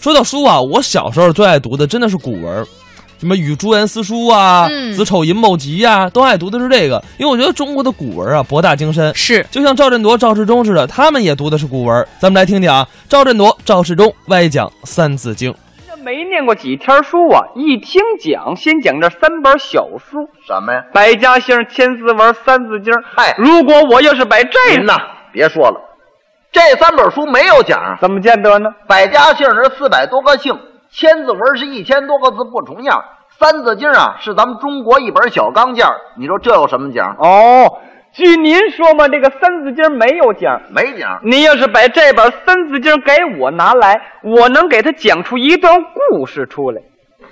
说到书啊，我小时候最爱读的真的是古文，什么《与朱颜私书》啊，嗯子丑寅卯集》啊，都爱读的是这个，因为我觉得中国的古文啊博大精深，是就像赵振铎、赵世忠似的，他们也读的是古文。咱们来听听啊，赵振铎、赵世忠歪讲《三字经》。这没念过几天书啊，一听讲，先讲这三本小书，什么呀？百家姓、千字文、三字经。嗨如果我要是摆这您呐，别说了，这三本书没有讲，怎么见得呢？百家姓是四百多个姓，千字文是一千多个字不重样，三字经啊是咱们中国一本小钢件儿，你说这有什么讲？哦，据您说嘛，这个三字经没有讲。没讲。您要是把这本三字经给我拿来，我能给他讲出一段故事出来。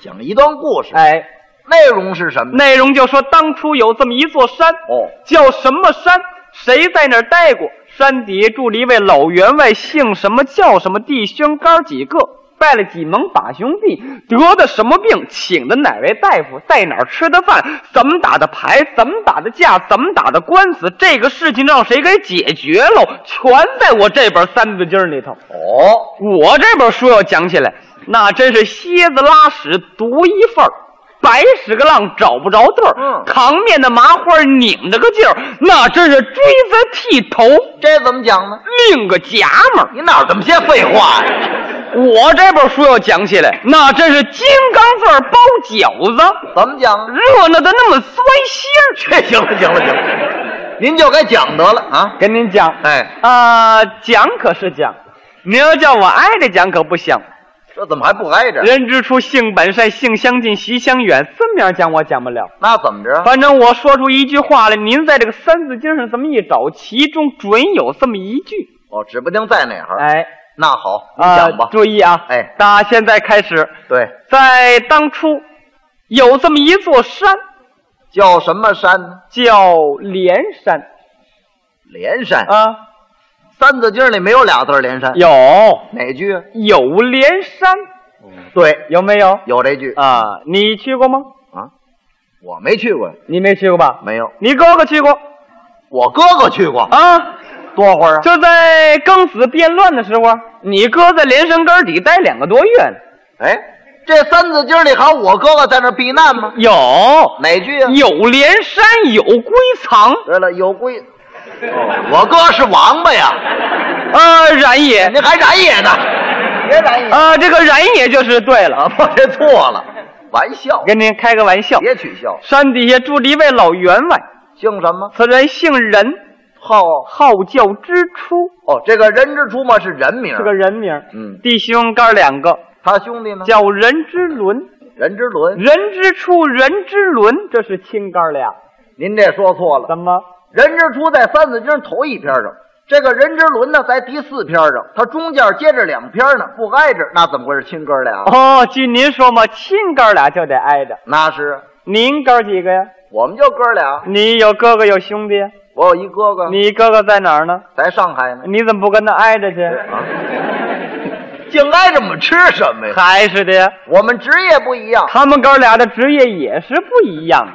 讲一段故事，哎，内容是什么？内容就说当初有这么一座山，哦，叫什么山？谁在那儿待过？山底下住了一位老员外，姓什么叫什么？弟兄哥几个，拜了几盟把兄弟，得的什么病？请的哪位大夫？在哪儿吃的饭？怎么打的牌？怎么打的架？怎么打的官司？这个事情让谁给解决喽？全在我这本《三字经》里头。哦，我这本书要讲起来，那真是蝎子拉屎独一份儿，百屎个浪找不着对儿，嗯扛面的麻花拧着个劲儿，那真是锥子剃头这怎么讲呢？另个夹门儿。你哪儿这么些废话呀、我这本书要讲起来，那真是金刚钻儿包饺子，怎么讲呢？热闹的那么钻心儿。 这行了，行了，行了，您就该讲得了啊！跟您讲，哎，啊、讲可是讲，你要叫我挨着讲可不行。这怎么还不挨着？人之初，性本善，性相近，习相远。这么样讲，我讲不了。那怎么着？反正我说出一句话来，您在这个《三字经》上这么一找，其中准有这么一句。哦，指不定在哪行。哎，那好，你啊、讲吧。注意啊！哎打现在开始，对，在当初有这么一座山，叫什么山呢？叫连山连山。啊，三字经里没有俩字儿连山，有哪句？啊有连山，对，有没有？有这句。啊，你去过吗？我没去过，你没去过吧？没有。你哥哥去过我哥哥去过，啊？多会儿啊？就在庚子变乱的时候，啊你哥在连山根儿底待两个多月呢。哎，这三字经里还有我哥哥在那儿避难吗？有哪句啊？有连山有归藏，对了，有龟。哦我哥是王 八呀，呃，然也，您还染野呢？别染野呃，这个然也就是对了。啊！不，这错了，玩笑，跟您开个玩笑，别取笑。山底下住着一位老员外，姓什么？此人姓任，号号叫之初，哦，这个人之初嘛是人名，是个人名。嗯，弟兄哥两个他兄弟呢？叫嗯任之伦，人之伦。任之初、任之伦，这是亲哥俩。您这说错了。怎么？人之初在《三字经》头一篇上，这个人之伦呢在第四篇上，它中间接着两篇呢，不挨着，那怎么会是亲哥俩？哦，据您说嘛，亲哥俩就得挨着。那是啊您哥几个呀？我们就哥俩，你有哥哥有兄弟，我有一哥哥，你哥哥在哪儿呢？在上海呢，你怎么不跟他挨着去？净挨着我们吃什么呀？还是的，我们职业不一样，他们哥俩的职业也是不一样的。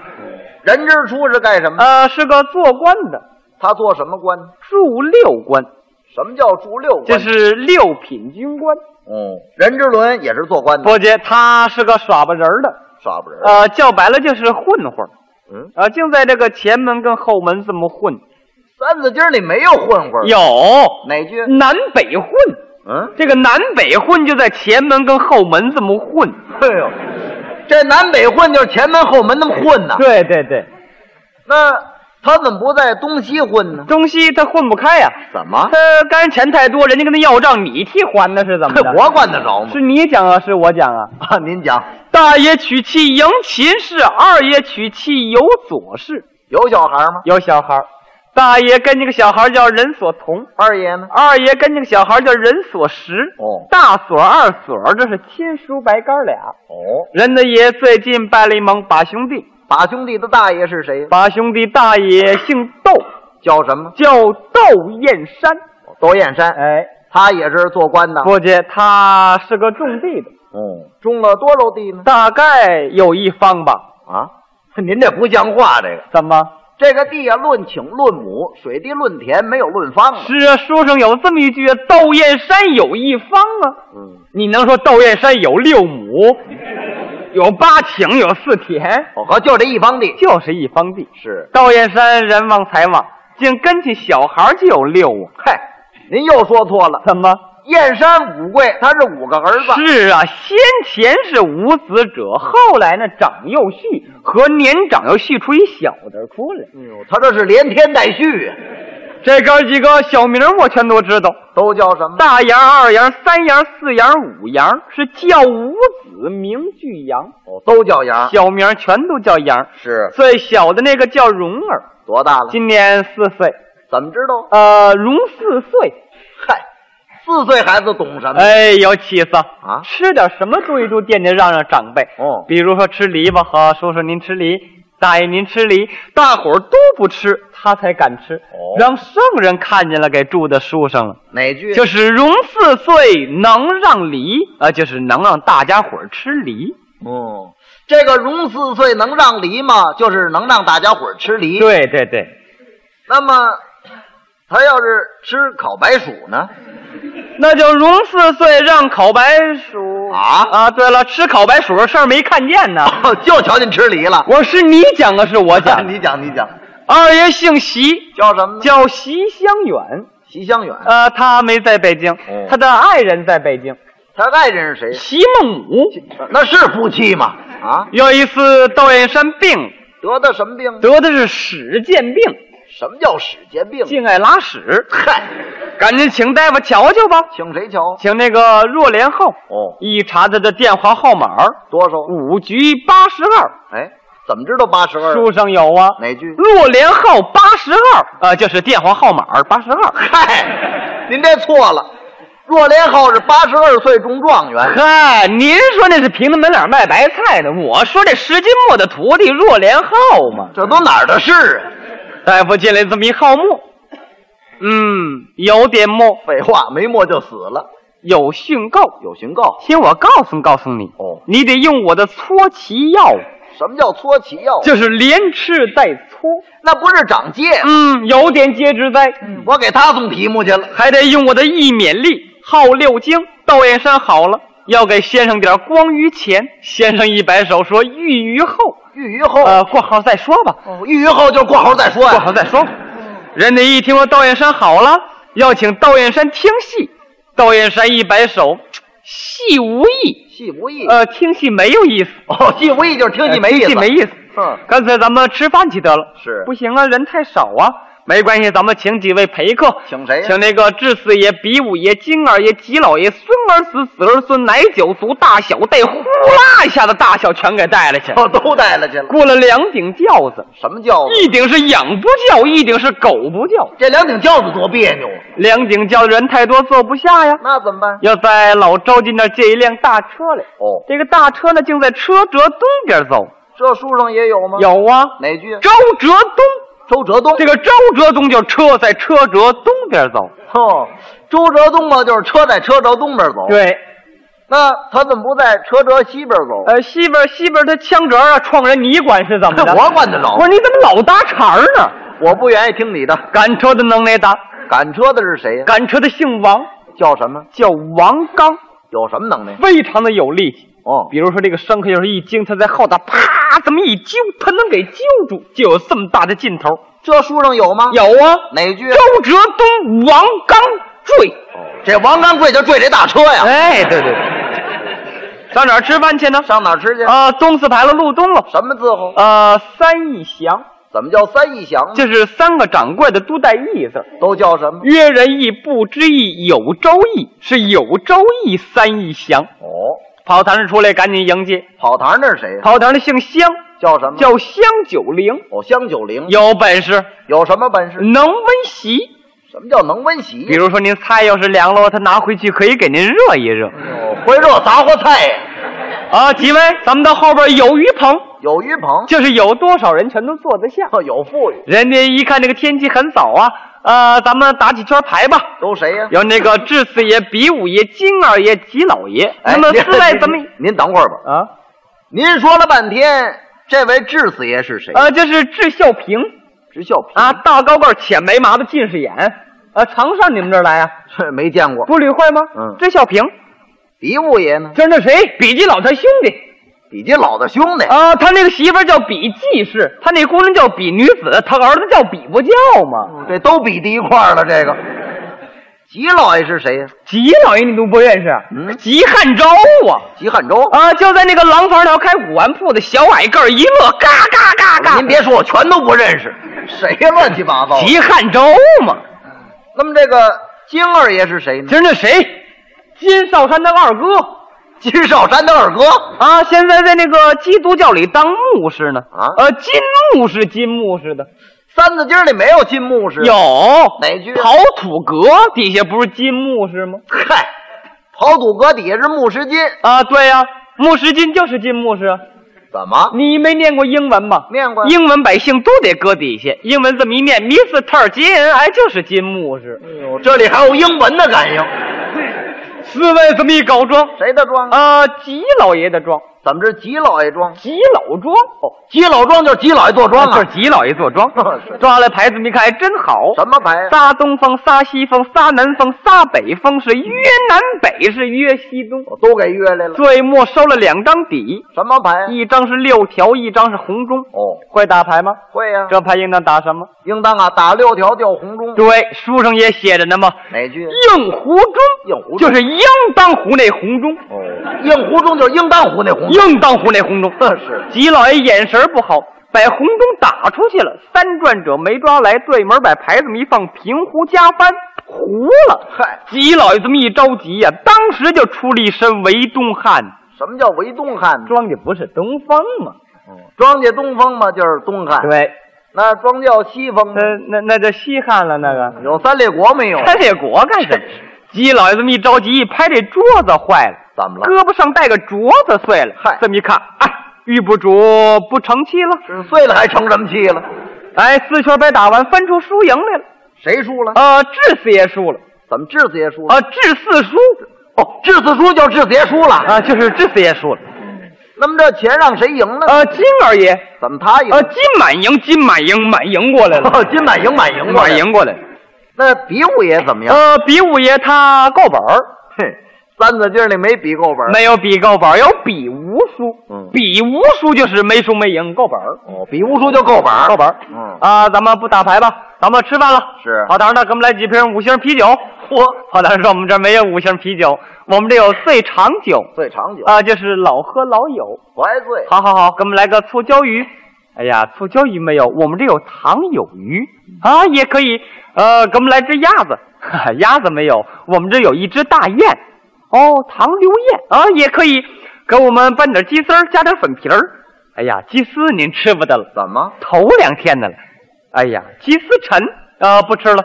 人之初是干什么？呃，是个做官的，他做什么官？驻六官，什么叫驻六官？这是六品军官。哦，人之伦也是啊做官的，伯爵他是个耍巴人儿的，耍不人。呃，叫白了就是混混儿，嗯，呃，净在这个前门跟后门这么混。三字经里没有混混，有哪句？南北混，嗯，这个南北混就在前门跟后门这么混。哎呦，这南北混就是前门后门那么混呐、对对对，那他怎么不在东西混呢？东西他混不开呀、怎么？他干钱太多，人家跟他要账，你替还的是怎么这的？ 我管得着吗？是你讲啊，是我讲啊。啊，您讲，大爷娶妻迎秦氏，二爷娶妻有左氏，有小孩吗？有小孩儿。大爷跟这个小孩儿叫人所同，二爷呢？二爷跟这个小孩儿叫人所识。哦大锁二锁这是亲叔白干儿俩。哦，人的爷最近拜了一盟把兄弟，把兄弟的大爷是谁？把兄弟大爷姓窦，叫什么？叫窦燕山。窦燕山，哎，他也是做官的。伯爵他是个种地的，哦，种了多少地呢？大概有一方吧。 啊，您这不像话，这个怎么？这个地啊，论顷论亩，水地论田，没有论方的。是啊，书上有这么一句：“窦燕山有一方啊。”嗯，你能说窦燕山有六亩，有八顷，有四田，我哦合就这一方地。就是一方地。是，窦燕山人旺财旺，竟跟起小孩就有六啊？嗨，您又说错了。怎么？燕山五贵，他是五个儿子。是啊，先前是无子者，后来呢长幼序，和年长又续出一小的出来。哎呦，他这是连天带续啊，这哥几个小名我全都知道，都叫什么？大羊、二羊、三羊、四羊、五羊是叫五子，名俱羊，哦，都叫羊。小名全都叫羊。是最小的那个叫蓉儿，多大了？今年四岁，怎么知道？呃，蓉四岁，嗨，四岁孩子懂什么？哎，有起色啊吃点什么注意注意惦记让让长辈，哦比如说吃梨吧，哈，叔叔您吃梨，大爷您吃梨，大伙儿都不吃，他才敢吃，哦让圣人看见了，给注在书上了。哪句？就是荣四岁能让梨，呃，就是能让大家伙儿吃梨。哦，这个荣四岁能让梨吗？就是能让大家伙儿吃梨。，对对对，那么他要是吃烤白薯 呢？那就荣四岁让烤白薯啊啊！对了，吃烤白薯的事儿没看见呢。哦，就瞧见吃梨了。我是你讲啊，是我讲 你讲，你讲，二爷姓席，叫什么呢？叫席香远。席香远。呃，他没在北京，哦哎他的爱人在北京，他爱人是谁？席孟母。那是夫妻吗？啊，有一次，窦燕山病，得的什么病？得的是屎健病，什么叫屎结病？竟爱拉屎。嗨，赶紧请大夫瞧瞧吧，请谁瞧？请那个若莲后。哦，一查他的电话号码，多少？五局八十二，哎，怎么知道八十二？书上有啊。哪句？若连号八十二，呃，就是电话号码八十二。嗨，您这错了。若连浩是八十二岁中状元，嗨，您说那是平头门脸卖白菜的，我说这石金墨的徒弟若连号嘛。这都哪儿的事啊？大夫进来这么一号目，嗯，有点墨，废话，没墨就死了，有训告。有寻告。听我告诉告诉你，哦，你得用我的搓脐药，什么叫搓脐药？就是连吃带搓。那不是长疖吗？嗯，有点介质在。我给他送题目去了。还得用我的一勉力耗六经。窦燕山好了，要给先生点光于前。先生一摆手说：“欲于后，玉于后，呃，括号再说吧，哦玉于后就过后再说括呀、号再说吧。”人家一听说窦燕山好了，要请窦燕山听戏。窦燕山一摆手，戏无意，戏无意，呃，听戏没有意思，哦，戏无意就是听戏没意呃思。听戏没意思。嗯 干脆咱们吃饭去得了。是不行啊，人太少啊。没关系，咱们请几位陪客，请谁呀请那个智四爷、比五爷、金二爷、吉老爷、孙儿子、子儿孙、奶酒族、大小队，呼啦一下子大小全给带了去。哦，都带了去了。过了两顶轿子，什么叫？一顶是养不教，一顶是狗不教。这两顶轿子多别扭啊！两顶轿人太多，坐不下呀，那怎么办？要在老周家那儿借一辆大车来。哦，这个大车呢，竟在车辙东边走。这书上也有吗？有啊，哪句？周辙东。周哲东。这个周哲东就车在车辙东边走。哦，周哲东嘛，就是车在车辙东边走。，对，那他怎么不在车辙西边走？呃，西边西边他枪折啊，撞人你管是怎么的？ 我管得着不是你怎么老搭茬儿呢？哎我不愿意听你的。赶车的能耐大，赶车的是谁呀？赶车的姓王，叫什么？叫王刚，有什么能耐？非常的有力气。哦，比如说这个牲口要是一惊，他在后头啪这么一揪，他能给揪住，就有这么大的劲头。这书上有吗？有啊，哪句？哦周哲东王刚坠。这王刚贵就坠这大车呀！哎，对对对，上哪儿吃饭去呢？上哪儿吃去？啊，东四牌楼路东了。什么字号？呃，三义祥，怎么叫三义祥呢？就是三个掌柜的都带“义”字儿。都叫什么？约人义、不知义、有周义，是有周义三义祥。哦，跑堂上出来，赶紧迎接。跑堂那是谁呀？跑堂的姓香，叫什么？叫香九龄，哦，香九龄。有本事有什么本事？能温席。什么叫能温席？比如说，您菜要是凉了，他拿回去可以给您热一热。哦回热杂货菜呀，啊，几位，咱们到后边有鱼棚，有鱼棚， 就是有多少人全都坐得下。哦有富裕，人家一看这个天气很早啊，呃，咱们打几圈牌吧。都谁 呀？有那个智四爷、比五爷、金二爷、吉老爷。哎那么您四 位咱们您您等会儿吧。 啊，您说了半天，这位智四爷是谁？啊呃，就是智孝平，直笑贫啊，，大高个儿浅眉麻的近视眼，啊，常上你们这儿来啊？这 没见过。不吕惠吗？嗯这小平，比武爷呢？这是那谁，比基老他兄弟。比这老的兄弟，啊，他那个媳妇儿叫比季氏，他那姑娘叫比女子，他儿子叫比不叫嘛。这都比第一块儿了。这个吉老爷是谁呀？吉老爷你都不认识？嗯吉汉昭啊！吉汉州。啊，就在那个廊坊那儿开古玩铺的小矮个儿一乐，嘎嘎嘎嘎。您别说，我全都不认识，谁呀？乱七八糟的。吉汉昭嘛，那么这个金二爷是谁呢？今儿那谁，金少山的二哥金少山的二哥。啊，现在在那个基督教里当牧师呢。啊呃，金牧师，金牧师的三字经里没有金牧师。有哪句啊陶土阁底下不是金牧师吗？嗨，刨土阁底下是牧师金，啊，对呀、牧师金就是金牧师啊。怎么？你没念过英文吗？念过英文百姓都得搁底下，英文这么一念，Mr. 金恩哎就是金牧师，这里还有英文的感应，哎四位这么一搞庄，谁的庄？啊，吉老爷的庄，怎么是吉老爷庄？吉老庄哦，吉老庄就是吉老爷坐庄就啊是。吉老爷做庄 是，抓来牌子没看还真好。什么牌呀？仨东风，仨西风，仨南风，仨北风，是约南北，是约西东。我都给约来了。最末收了两张底，什么牌呀？一张是六条，一张是红中。哦，会打牌吗？会呀。这牌应当打什么？应当啊，打六条吊红钟。对，书上也写着呢嘛。哪句？应湖中，应湖中就是应当湖那红中，哦，应湖中就是应当湖那红钟。应当湖那红中。是吉老爷眼神不好，把红中打出去了，三转者没抓来，对门把牌子这么一放，平湖加翻，糊了。嗨，吉老爷这么一着急呀、当时就出了一身围东汉，什么叫围东汉呢？庄家不是东方吗？庄稼东风嘛，就是东汉。对，那庄稼西风呢？那那那就西汉了，那个有三列国没有？开列国干什么？吉老爷这么一着急，一拍这桌子坏了。怎么了？胳膊上带个镯子碎了，嗨这么一看，哎，玉不琢不成器了，是碎了还成什么气了？哎，四圈白打完，分出输赢来了，谁输了？呃，智四也输了，怎么质子爷输了？啊，智四输，哦，质子输就质子爷输了。啊，就是智四也输了，那么这钱让谁赢了呢？呃，金二爷，怎么他赢？呃，金满赢，金满赢，满赢过来了，哦金满赢，满赢过来满。赢过来了，那比武爷怎么样？呃，比武爷他够本 儿，嘿，三字经里没比够本儿。没有比够本儿，有比无输，嗯比无输就是没输没赢，够本儿，哦，比武输就够本儿。够本儿，嗯，啊，咱们不打牌吧，咱们吃饭了，是好，堂呢，给我们来几瓶五星啤酒。嚯，好像说我们这儿没有五星啤酒，我们这有醉长啊酒最长久，啊、就是老喝老有。怀醉。好好好，给我们来个醋椒鱼。哎呀，醋椒鱼没有，我们这有糖有鱼啊，也可以。呃，给我们来只鸭子，哈哈鸭子没有，我们这有一只大雁。哦，糖溜雁啊，也可以。给我们拌点鸡丝儿，加点粉皮儿。哎呀，鸡丝您吃不得了，怎么？头两天的了。哎呀，鸡丝沉啊、不吃了。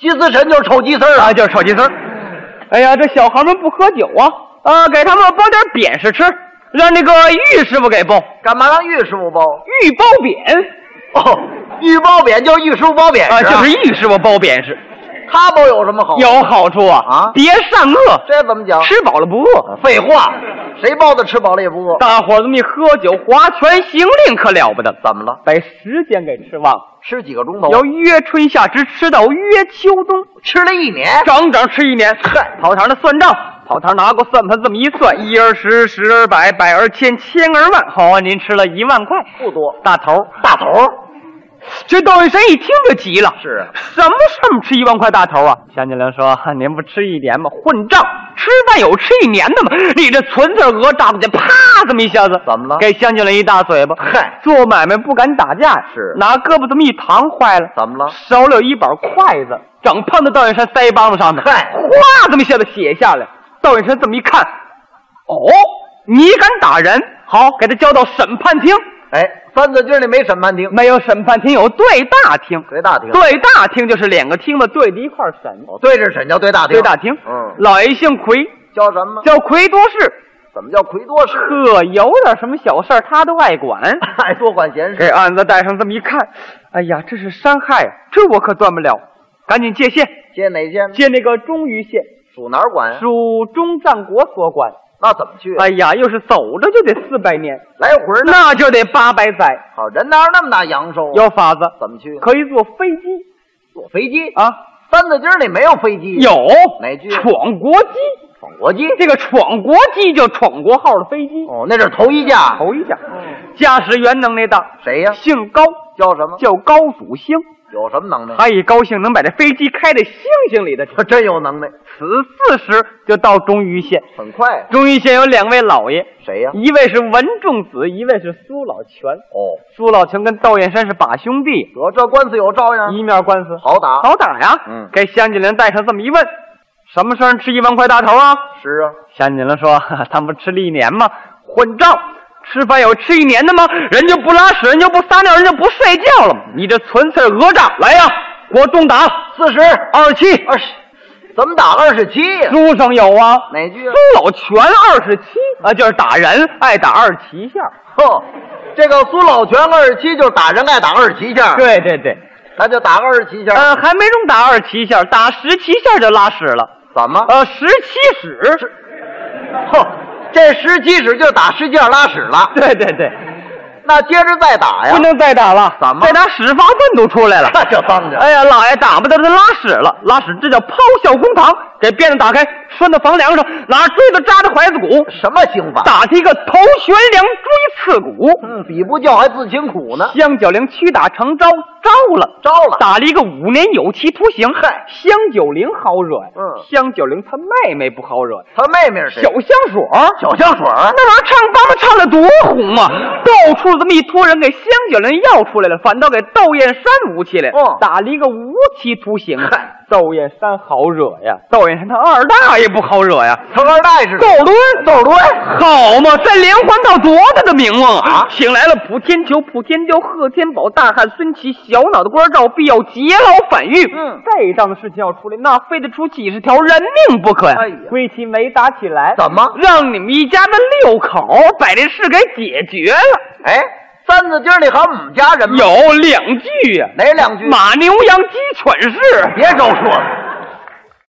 鸡丝神就是臭鸡丝儿啊，啊！就是臭鸡丝儿。哎呀，这小孩们不喝酒啊，呃，给他们包点扁食吃，让那个玉师傅给包，干嘛让玉师傅包？玉包扁哦，玉包扁哎就是玉师傅包扁啊、食就是玉师傅包扁食，他包有什么好？有好处啊啊别善恶，这怎么讲？吃饱了不饿。废话，谁包的吃饱了也不饿？大伙儿这么一喝酒，划拳行令可了不得，怎么了？把时间给吃忘了，吃几个钟头？由约春夏之吃到约秋冬，吃了一年。整整吃一年。嗨跑堂的算账，跑堂拿过算盘这么一算，一而十，十而百，百而千，千而万。好啊，您吃了一万块，不多大头儿，大头儿这窦玉生一听就急了，是啊什么事儿吃一万块大头啊？项金良说：“您不吃一年吗？混账！吃饭有吃一年的吗？你这存字讹诈不去，啪这么一下子，怎么了给项金良一大嘴巴。嗨做买卖不敢打架呀，是拿胳膊这么一扛，坏了，怎么了？手里有一把筷子，整碰到窦远山腮帮子上面，嗨哗，这么一下子血下来。窦远山这么一看，哦，你敢打人？好，给他交到审判厅。哎，三字经里没审判庭，没有审判厅，有对大厅。对大厅。对大厅就是两个厅子对在一块儿审。哦，对着审叫对大厅。对大厅，嗯老爷姓奎，叫什么？叫奎多士，怎么叫魁多士？ 呵，有点什么小事儿他都爱管。爱多管闲给事。案子带上这么一看，哎呀，这是伤害啊，这我可断不了，赶紧界限，接哪县？界那个中于县。属哪儿管呀？属中赞国所管。那怎么去？哎呀，要是走着就得四百年，来回呢？那就得八百载。好，人哪有那么大阳寿啊？有法子，怎么去？可以坐飞机坐飞机？啊，三字经里没有飞机，有哪句闯国机？闯国机。这个闯国机就闯国号的飞机，哦，那是头一架。头一架，驾驶员能耐大，谁呀？姓高，叫什么？叫高祖兴，有什么能耐？他一高兴能把这飞机开到星星里头去。他真有能耐，此四时就到中牟县，很快。中牟县有两位老爷，谁哎呀？一位是文仲子，一位是苏老全。哦，苏老全跟窦燕山是把兄弟，得这官司有照应，一面官司啊好打。嗯好打呀。嗯给乡亲连带上这么一问，什么时候吃一万块大头啊？是啊，乡亲们说， 哈哈他们吃了一年嘛，混账！吃饭有吃一年的吗？人就不拉屎，人就不撒尿，人就不睡觉了吗？你这纯粹讹诈！来呀，给我重打四十二十七，二十，怎么打二十七呀？书上有啊，哪句啊？苏老全二十七啊，就是打人爱打二十七下。哼，这个苏老全二十七就打人爱打二十七下，对对对，他就打个二十七下，呃，还没用打二十七下，打十七下就拉屎了。怎么？呃，十七屎，哼，这十七尺就打十七下拉屎 了，嗯对对对，那接着再打呀不？能再打了，怎么再打屎发粪都出来了。那就当着哎呀，老爷打不得他拉屎了，拉屎这叫咆哮公堂，给鞭子打开，拴到房梁上，拿锥子扎着怀子骨，什么刑法？打他一个头悬梁，锥刺股，嗯，比不叫还自请苦呢，香脚铃屈打成招，招了。招了。打了一个五年有期徒刑，嗨，香九龄好惹，嗯香九龄他妹妹不好惹，他妹妹是谁小？香水儿小香水儿嗯那玩意儿唱梆子唱的多红啊！到处这么一托人给香九龄要出来了，反倒给窦燕山捂起来，哦打了一个无期徒刑。窦燕山好惹呀，窦燕山他二大爷不好惹呀。他二大爷是窦谁？伦，窦伦好嘛，这连环炮多大的名望啊请来了普天裘、普天雕、贺天宝、大汉孙琦、小脑袋瓜赵必要劫牢反狱。嗯这档子事情要出来，那非得出几十条人命不可呀！哎呀归期没打起来，怎么？让你们一家子六口把这事给解决了。哎，三字经里还有我们家人吗？有两句呀、哪两句？马牛羊鸡犬别是，招说了。